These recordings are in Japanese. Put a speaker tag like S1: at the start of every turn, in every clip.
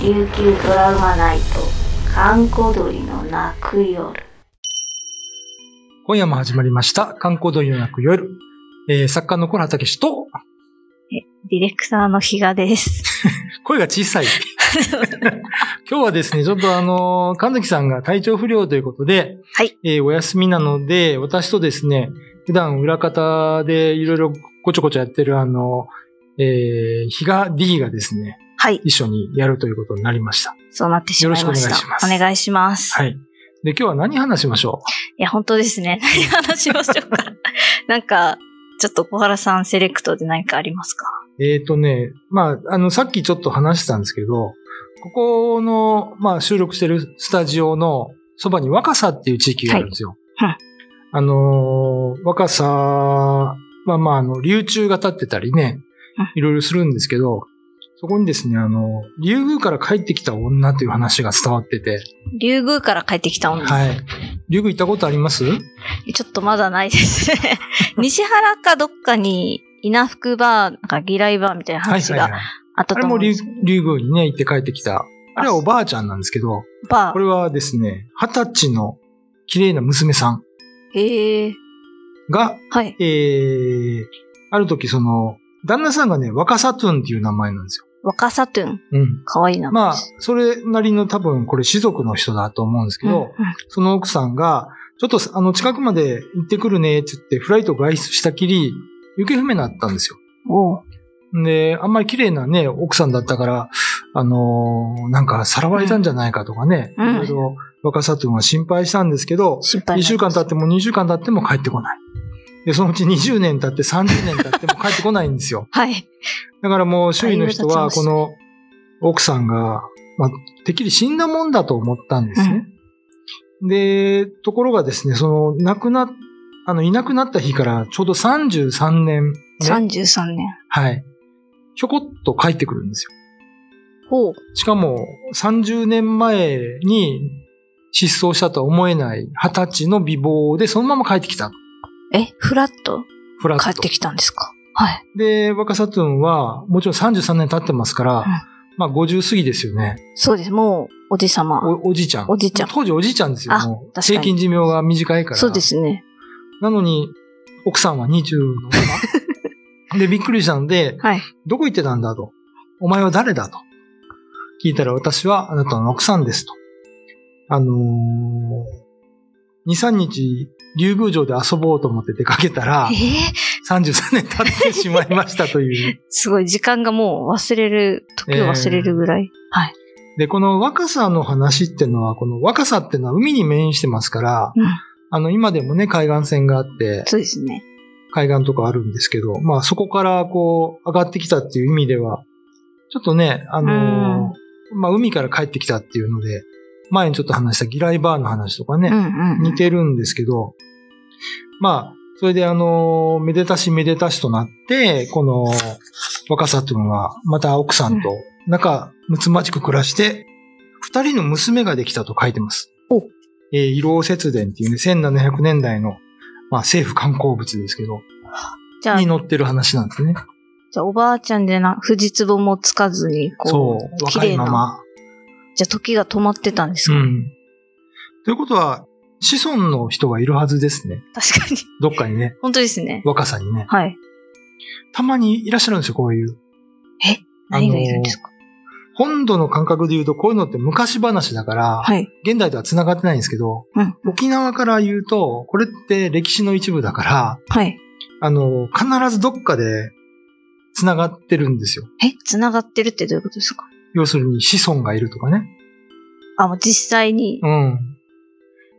S1: 琉球ドラマナイト観光鳥の泣く夜
S2: 今夜も始まりました。観光鳥の泣く夜。えー、作家の小原武史と、
S3: ディレクターの比嘉です。
S2: 声が小さい。 今日はですね、ちょっとあのー、神崎さんが体調不良ということで、
S3: はい
S2: えーお休みなので、私とですね、普段裏方でいろいろごちょごちょやってるあの、えー、比嘉 D がですね、
S3: はい。
S2: 一緒にやるということになりました。
S3: そうなってしまいました。
S2: よろしくお願いします
S3: お願いします。。
S2: はいい。で、今日は何話しましょ
S3: や、本当ですね。何話しましょうか。 なんか、ちょっと小原さんセレクトで何かありますか
S2: うえっ、とね、まあ、あの、さっきちょっと話したんですけど、ここの、まあ、収録してるスタジオのそばに若狭っていう地域があるんですよ。
S3: はいはい
S2: あのー若狭は、まあ、あの、流柱が立ってたりね
S3: うん、
S2: いろいろするんですけど、そこにですね、あの、竜宮から帰ってきた女という話が伝わってて、
S3: 竜宮から帰ってきた女。
S2: はい。竜宮行ったことあります
S3: ちょっとまだないですね。 西原かどっかに、稲福バー、なんかギライバーみたいな話が
S2: い。
S3: あった
S2: あれ
S3: と思
S2: も
S3: うんで
S2: 竜
S3: す。
S2: 竜宮にね、行って帰ってきた。あれはおばあちゃんなんですけど、
S3: バ
S2: これはですね、二十歳の綺麗な娘さん
S3: ー。へえ。
S2: が、
S3: はい。
S2: えー、ある時その、旦那さんがね、若サトゥンっていう名前なんですよ。
S3: 若さトゥン。
S2: うん。
S3: かわいいな。
S2: まあ、それなりの多分これ士族の人だと思うんですけ
S3: うん、う
S2: ど、
S3: ん
S2: その奥さんが、ちょっとあの近くまで行ってくるねって言って、フライト外出したきり、行方不明になったんですよ。
S3: おう
S2: で、あんまり綺麗なね、奥さんだったから、あのーなんかさらわれたんじゃないかとかね、
S3: うん
S2: いろいろ若さというのは心配したんですけど、
S3: 心配にな
S2: 1
S3: ります。
S2: 週間経っても2週間経っても帰ってこない。で、そのうち20年経って30年経っても帰ってこないんですよ
S3: はい。
S2: だからもう周囲の人
S3: だいぶ
S2: は、
S3: 経ちま
S2: こ
S3: した
S2: の奥さんが、まあ、てっきり死んだもんだと思ったんですね。で、ところがですね、その亡くな、あの、いなくなった日からちょうど33年目、
S3: 33年。
S2: はい。ひょこっと帰ってくるんですよ。
S3: ほう。
S2: しかも30年前に失踪したとは思えない二十歳の美貌でそのまま帰ってきた。
S3: え、フラット
S2: フラッ
S3: 帰
S2: ト。
S3: ってきたんですかはい。
S2: で、若さトゥンはもちろん33年経ってますから、まあ50過ぎですよね。
S3: そうです。もう、おじさま。
S2: おおじいちゃん。
S3: おじいちゃん
S2: 当時おじいちゃんですよ。
S3: あ
S2: もう
S3: 確かに
S2: 平均寿命が短いから。
S3: そうで。すね。
S2: なのに、奥さんは20のま ま。で、びっくりしたので、
S3: はい。
S2: どこ行ってたんだと。お前は誰だと。聞いたら私はあなたの奥さんですと。あのー、2、3日、竜宮城で遊ぼうと思って出かけたら
S3: え、ー、
S2: 33年経ってしまいましたという。
S3: すごい、時間がもう忘れる、時を忘れるぐらい。はい。
S2: で、この若さの話ってのは、この若さってのは海に面してますから、
S3: うん。
S2: あの、今でもね、海岸線があって、
S3: そうですね。
S2: 海岸とかあるんですけど、まあそこからこう上がってきたっていう意味では、ちょっとね、あのーまあ海から帰ってきたっていうので、前にちょっと話したギライバーの話とか
S3: うん
S2: ね、
S3: うん。
S2: 似てるんですけど、まあ、それであのーめでたしめでたしとなって、この若さというのは、また奥さんと仲睦まじく暮らして、二人の娘ができたと書いてます。
S3: お
S2: えー、慰労節電っていうね、1700年代の、まあ政府観光物ですけど、
S3: じゃあ、
S2: に
S3: じ
S2: 載ってる話なんですね。
S3: ゃあおばあちゃんじゃな、藤壺もつかずに、
S2: そ
S3: こう、
S2: う、若いまま。
S3: じゃあ、時が止まってたんです
S2: う
S3: か、
S2: ん。ということは、子孫の人がいるはずですね。
S3: 確かに。
S2: どっかにね、
S3: 本当ですね。
S2: 若さにね。
S3: はい。
S2: たまにいらっしゃるんですよ、こういう。
S3: 何がいるんですか、
S2: 本土の感覚で言うと、こういうのって昔話だから、
S3: はい。
S2: 現代とは繋がってないんですけど、
S3: うん。
S2: 沖縄から言うと、これって歴史の一部だから、
S3: はい。
S2: あの、必ずどっかで繋がってるんですよ。
S3: え、繋がってるってどういうことですか
S2: 要するに子孫がいるとかね。
S3: あ、もう実際に。
S2: うん。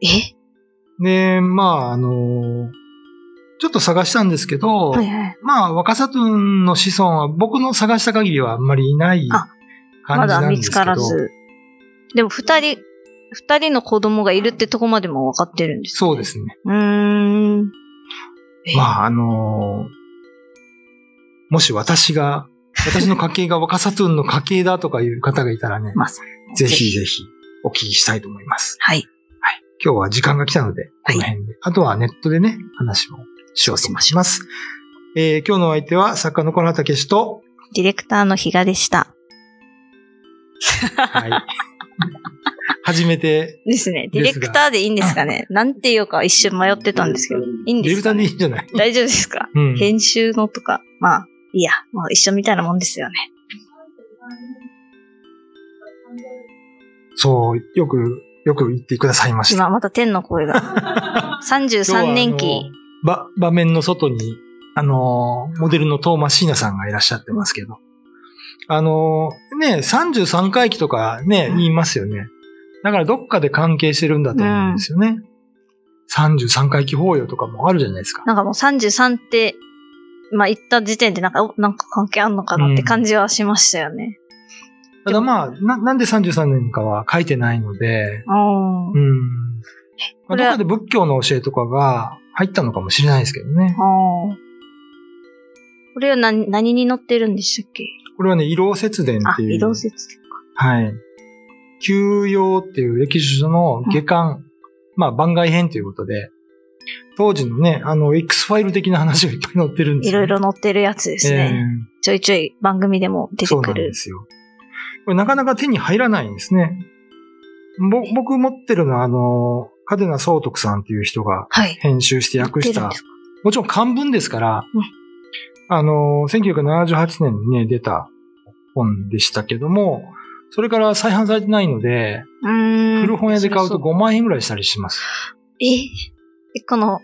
S3: え
S2: で、まあ、あの、ちょっと探したんですけど、
S3: はいはい。
S2: まあ、若里の子孫は僕の探した限りはあんまりいない
S3: あ
S2: 感じ
S3: ま
S2: な
S3: だ
S2: ん
S3: 見
S2: で
S3: つ
S2: すけど。
S3: からず。でも二人、二人の子供がいるってとこまでも分かってるんです、。
S2: そうですすね。
S3: うーん。え
S2: まあ、あのもし私が、私の家系が若里の家系だとかいう方がいたらね、
S3: まあそ
S2: ぜひぜひお聞きしたいと思います。
S3: はい。
S2: 今日は時間が来たので、この辺で。あとはネットでね、話をしようと思います。え ー今日のお相手は作家の小原武史と、
S3: ディレクターの比嘉でした。
S2: はい。初めて、
S3: ですね。ディレクターでいいんですかね。なんていうか一瞬迷ってたんですけど。いいん
S2: ディ
S3: で
S2: レ
S3: す
S2: ク
S3: か、
S2: ターで
S3: ね、
S2: いいんじゃない
S3: 大丈夫ですか
S2: うん。
S3: 編集のとか。まあ、いいや。まあ一緒みたいなもんですよね。
S2: そう、よく、よく言ってくださいました。
S3: 今また天の声 が。33年
S2: 今日はあ
S3: 期
S2: の。ば、場面の外に、あのー、モデルのトーマシーナさんがいらっしゃってますけど。あのー、ね、33回忌とかね、
S3: うん
S2: 言いますよね。だからどっかで関係してるんだと思うんですよね。33回忌法要とかもあるじゃないですか。
S3: なんかもう33って、まあ言った時点でなんか、おなんか関係あんのかなって感じはしましたよね。
S2: ただまあ、な、なんで33年かは書いてないので、
S3: うん。
S2: うん。ま
S3: こ
S2: あ、
S3: れ
S2: ど
S3: は
S2: っかで仏教の教えとかが入ったのかもしれないですけどね。
S3: ああ。これは何、何に乗ってるんでしたっけ
S2: これはね、移動節電っ
S3: あ、
S2: ていう。
S3: 移動説。
S2: はい。休養っていう歴史書の下巻、まあ番外編ということで、当時のね、あの、X ファイル的な話がいっぱい載ってるんで
S3: い
S2: すよ、
S3: ろいろ乗ってるやつですね。
S2: え
S3: ちょいちょい番組でも
S2: え
S3: 出て
S2: そうな
S3: く
S2: んで
S3: る。
S2: すよ。これなかなか手に入らないんですね。ぼ僕持ってるのは、あの、カデナ総徳さんっていう人が
S3: はい。
S2: 編集して訳
S3: 出
S2: し
S3: るん
S2: た
S3: ですか
S2: もちろん漢文ですから、
S3: うん
S2: あの、1978年にね、出た本でしたけども、それから再販されてないので、
S3: うーん。
S2: 古本屋で買う
S3: そ
S2: と
S3: そ
S2: 5万円ぐらいしたりします。
S3: ええこの、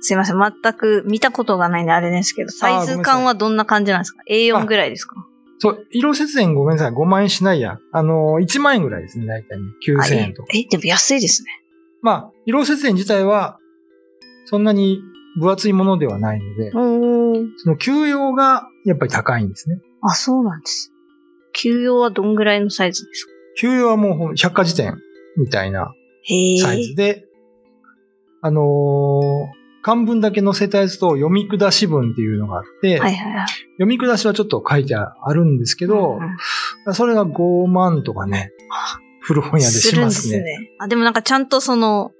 S3: すいません。全く見たことがないんであれですけど、サイズ感はどんな感じなんですか
S2: さい
S3: ?A4 ぐらいですか
S2: そう、色節電ごめんなさい、5万円しないや。あの、1万円ぐらいですね、大体ね。
S3: あ
S2: 9000
S3: え
S2: 円とか。
S3: え、でも安いですね。
S2: まあ、色節電自体は、そんなに分厚いものではないので、
S3: おー。
S2: その給用がやっぱり高いんですね。
S3: あ、そうなんです。休養はどんぐらいのサイズですか
S2: 給用はもうほん百科事典みたいな
S3: へえ。
S2: サイズで、あのー漢文だけ載せたやつと読み下し文っていうのがあって、
S3: はいはいはい。
S2: 読み下しはちょっと書いてあるんですけど、
S3: うんうん
S2: それが5万とかね、古本屋でしますね。
S3: ね。あ、でもなんかちゃんとその、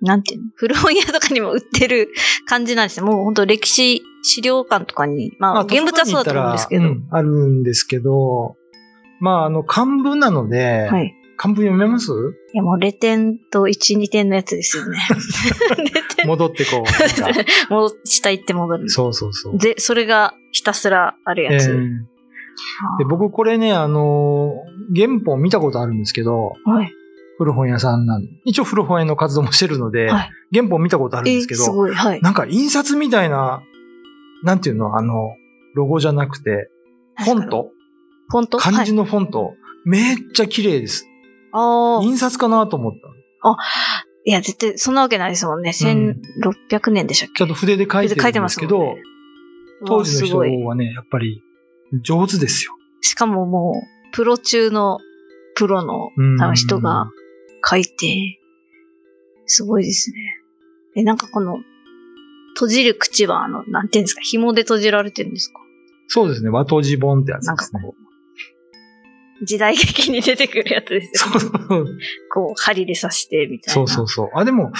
S3: なんていうの古本屋とかにも売ってる感じなんですね。もう本当歴史資料館とかに、まあ、
S2: まあ
S3: 現物はそうだと思うんですけど。
S2: 図書館に行ったらうんあるんですけど、まあ、あの、漢文なので、
S3: はい。い
S2: 漢文読めます
S3: やもう0点と1、2点のやつです よね。0点。
S2: 戻ってこうなんか
S3: もう下行って戻る。
S2: そうそうそう。
S3: で、それがひたすらあるやつ。
S2: えーで僕これね、あのー原本見たことあるんですけど、
S3: はい。
S2: 古本屋さんなん一応古本屋の活動もしてるので、
S3: はい
S2: 原本見たことあるん
S3: え
S2: ですけ
S3: ー、
S2: ど、
S3: すごい。はい。
S2: なんか印刷みたいな、なんていうの、あの、ロゴじゃなくて、フォント
S3: フォント
S2: 漢字
S3: はい、
S2: のフォント、めっちゃ綺麗です。
S3: ああ。
S2: 印刷かなと思った。
S3: いや、絶対、そんなわけないですもんね。1600年でしたっ
S2: ち
S3: け、
S2: ゃんと筆で書いてる
S3: 筆
S2: んですけど、
S3: で書いてますもんね
S2: 当時の
S3: うわすごい
S2: 人はね、やっぱり上手ですよ。
S3: しかももう、プロ中のプロの
S2: うん
S3: 多分人が書いて、すごいですね。え、なんかこの、閉じる口は、あの、なんていうんですか、紐で閉じられてるんですか
S2: そうですね、和とじ本ってやつ
S3: なん
S2: で
S3: か
S2: すね。
S3: こう、時代劇に出てくるやつですよ。
S2: そうそう
S3: こう、針で刺して、みたいな。
S2: そうそうそう。あ、でも、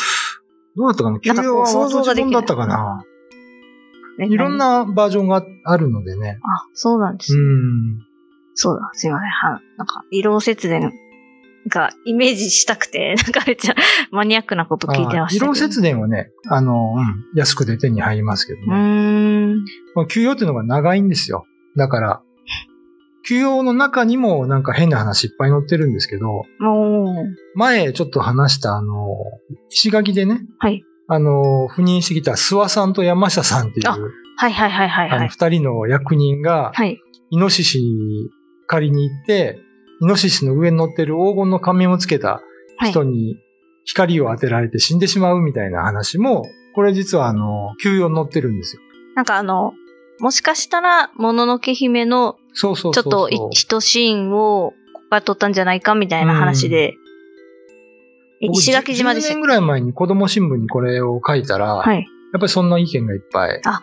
S2: どうだったかな給
S3: なんか
S2: 料
S3: こう
S2: は
S3: 想
S2: 和
S3: 像
S2: と
S3: がで
S2: じ
S3: き
S2: 本
S3: ない
S2: だったかな。
S3: ね
S2: いろん。なバージョンがあるのでね。
S3: 何あ、そうなんです
S2: う
S3: ね、
S2: ん。
S3: そうだ、すいません。は、なんか、移動節電がイメージしたくて、 なんかめっちゃマニアックなこと聞いてましたけど。
S2: あー色節電はね、あの、うん安くで手に入りますけど
S3: う
S2: ね。
S3: ーん。
S2: この休養っていうのが長いんですよ。だから、休養の中にもなんか変な話いっぱい載ってるんですけど、
S3: もう、
S2: 前ちょっと話したあの、石垣でね、
S3: はい。
S2: あの、赴任してきた諏訪さんと山下さんっていう、
S3: あはいはいはいはい
S2: あ
S3: は
S2: の、
S3: い。
S2: 二人の役人が、
S3: はい。
S2: イノシシ借りに行って、イノシシの上に乗ってる黄金の仮面をつけた
S3: はい。
S2: 人に光を当てられて死んでしまうみたいな話も、これ実はあの、休養に載ってるんですよ。
S3: なんかあの、もしかしたら、もののけ姫の、
S2: そうそう
S3: ちょ
S2: そ
S3: っ
S2: うそ
S3: と
S2: う
S3: い一シーンを、ここから撮ったんじゃないかみたいな話で、え
S2: 僕
S3: 石垣島で
S2: 10
S3: したっ
S2: 年ぐらい前に子供新聞にこれを書いたら、
S3: けはい。
S2: やっぱりそんな意見がいっぱい
S3: あ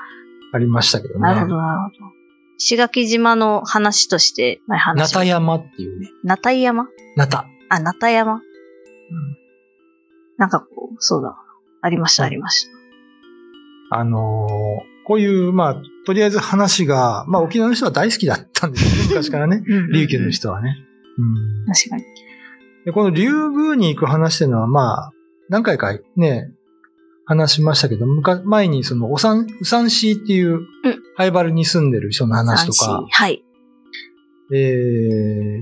S2: ありましたけどね。
S3: なるほど、なるほど。石垣島の話として、前
S2: ナ
S3: 話
S2: タ
S3: を。
S2: 山っていうね。
S3: なたい山
S2: ナタ。
S3: あ、なた山
S2: ん
S3: なんかこう、そうだ。ありました、あ
S2: はい
S3: りました。
S2: あのーこういう、まあ、 とりあえず話が、まあ、沖縄の人は大好きだったんですよね、昔からね。
S3: うん
S2: 琉球の。人はね。うん
S3: 確かに。
S2: で、この竜宮に行く話っていうのは、まあ、何回かね、話しましたけど、むか前にその、おさん、うさんしーっていう、灰原に住んでる人の話と
S3: 斬
S2: か
S3: 新、はい。
S2: え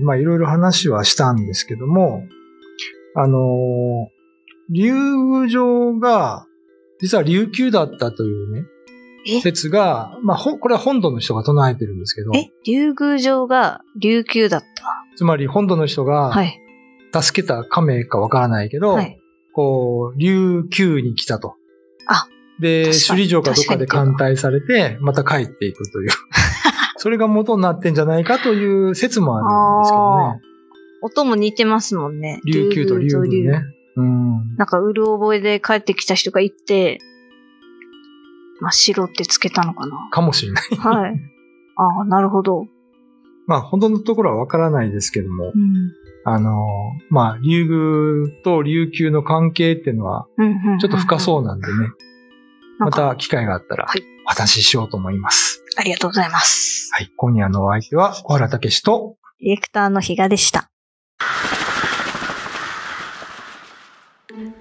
S2: ーまあ、いろいろ話はしたんですけども、あのー竜宮城が、実は琉球だったというね、
S3: え
S2: 説が、まあ、ほこれは本土の人が唱えてるんですけど、
S3: え、竜宮城が琉球だった。
S2: つまり本土の人
S3: は
S2: が
S3: い。
S2: 助けた亀かわからないけど、
S3: はい。
S2: こう、琉球に来たと。
S3: あ確か
S2: で、
S3: に
S2: 首里城かどっかで艦隊されて、また帰っていくと いう。それが元になってんじゃないかという説もあるんで
S3: 音も似てますもんね。
S2: すけどね。琉球と
S3: 竜
S2: 琉
S3: 宮
S2: 球ね。うん。
S3: なんか、うる覚えで帰ってきた人がいて、まあ、白ってつけたのか な。
S2: かもしれない。
S3: はい。ああ、なるほど。
S2: まあ、本当のところはわからないですけども
S3: う、ん。
S2: あの、まあ、竜宮と琉球の関係っていうのは、
S3: うんうんうんうん
S2: ちょっと深そうなんでね、
S3: な
S2: ま
S3: んか
S2: た機会があったら
S3: はい、
S2: お話ししようと思います。
S3: ありがとうございます。
S2: はい、今夜のお相手は、小原武史と、
S3: ディレクターの比嘉でした。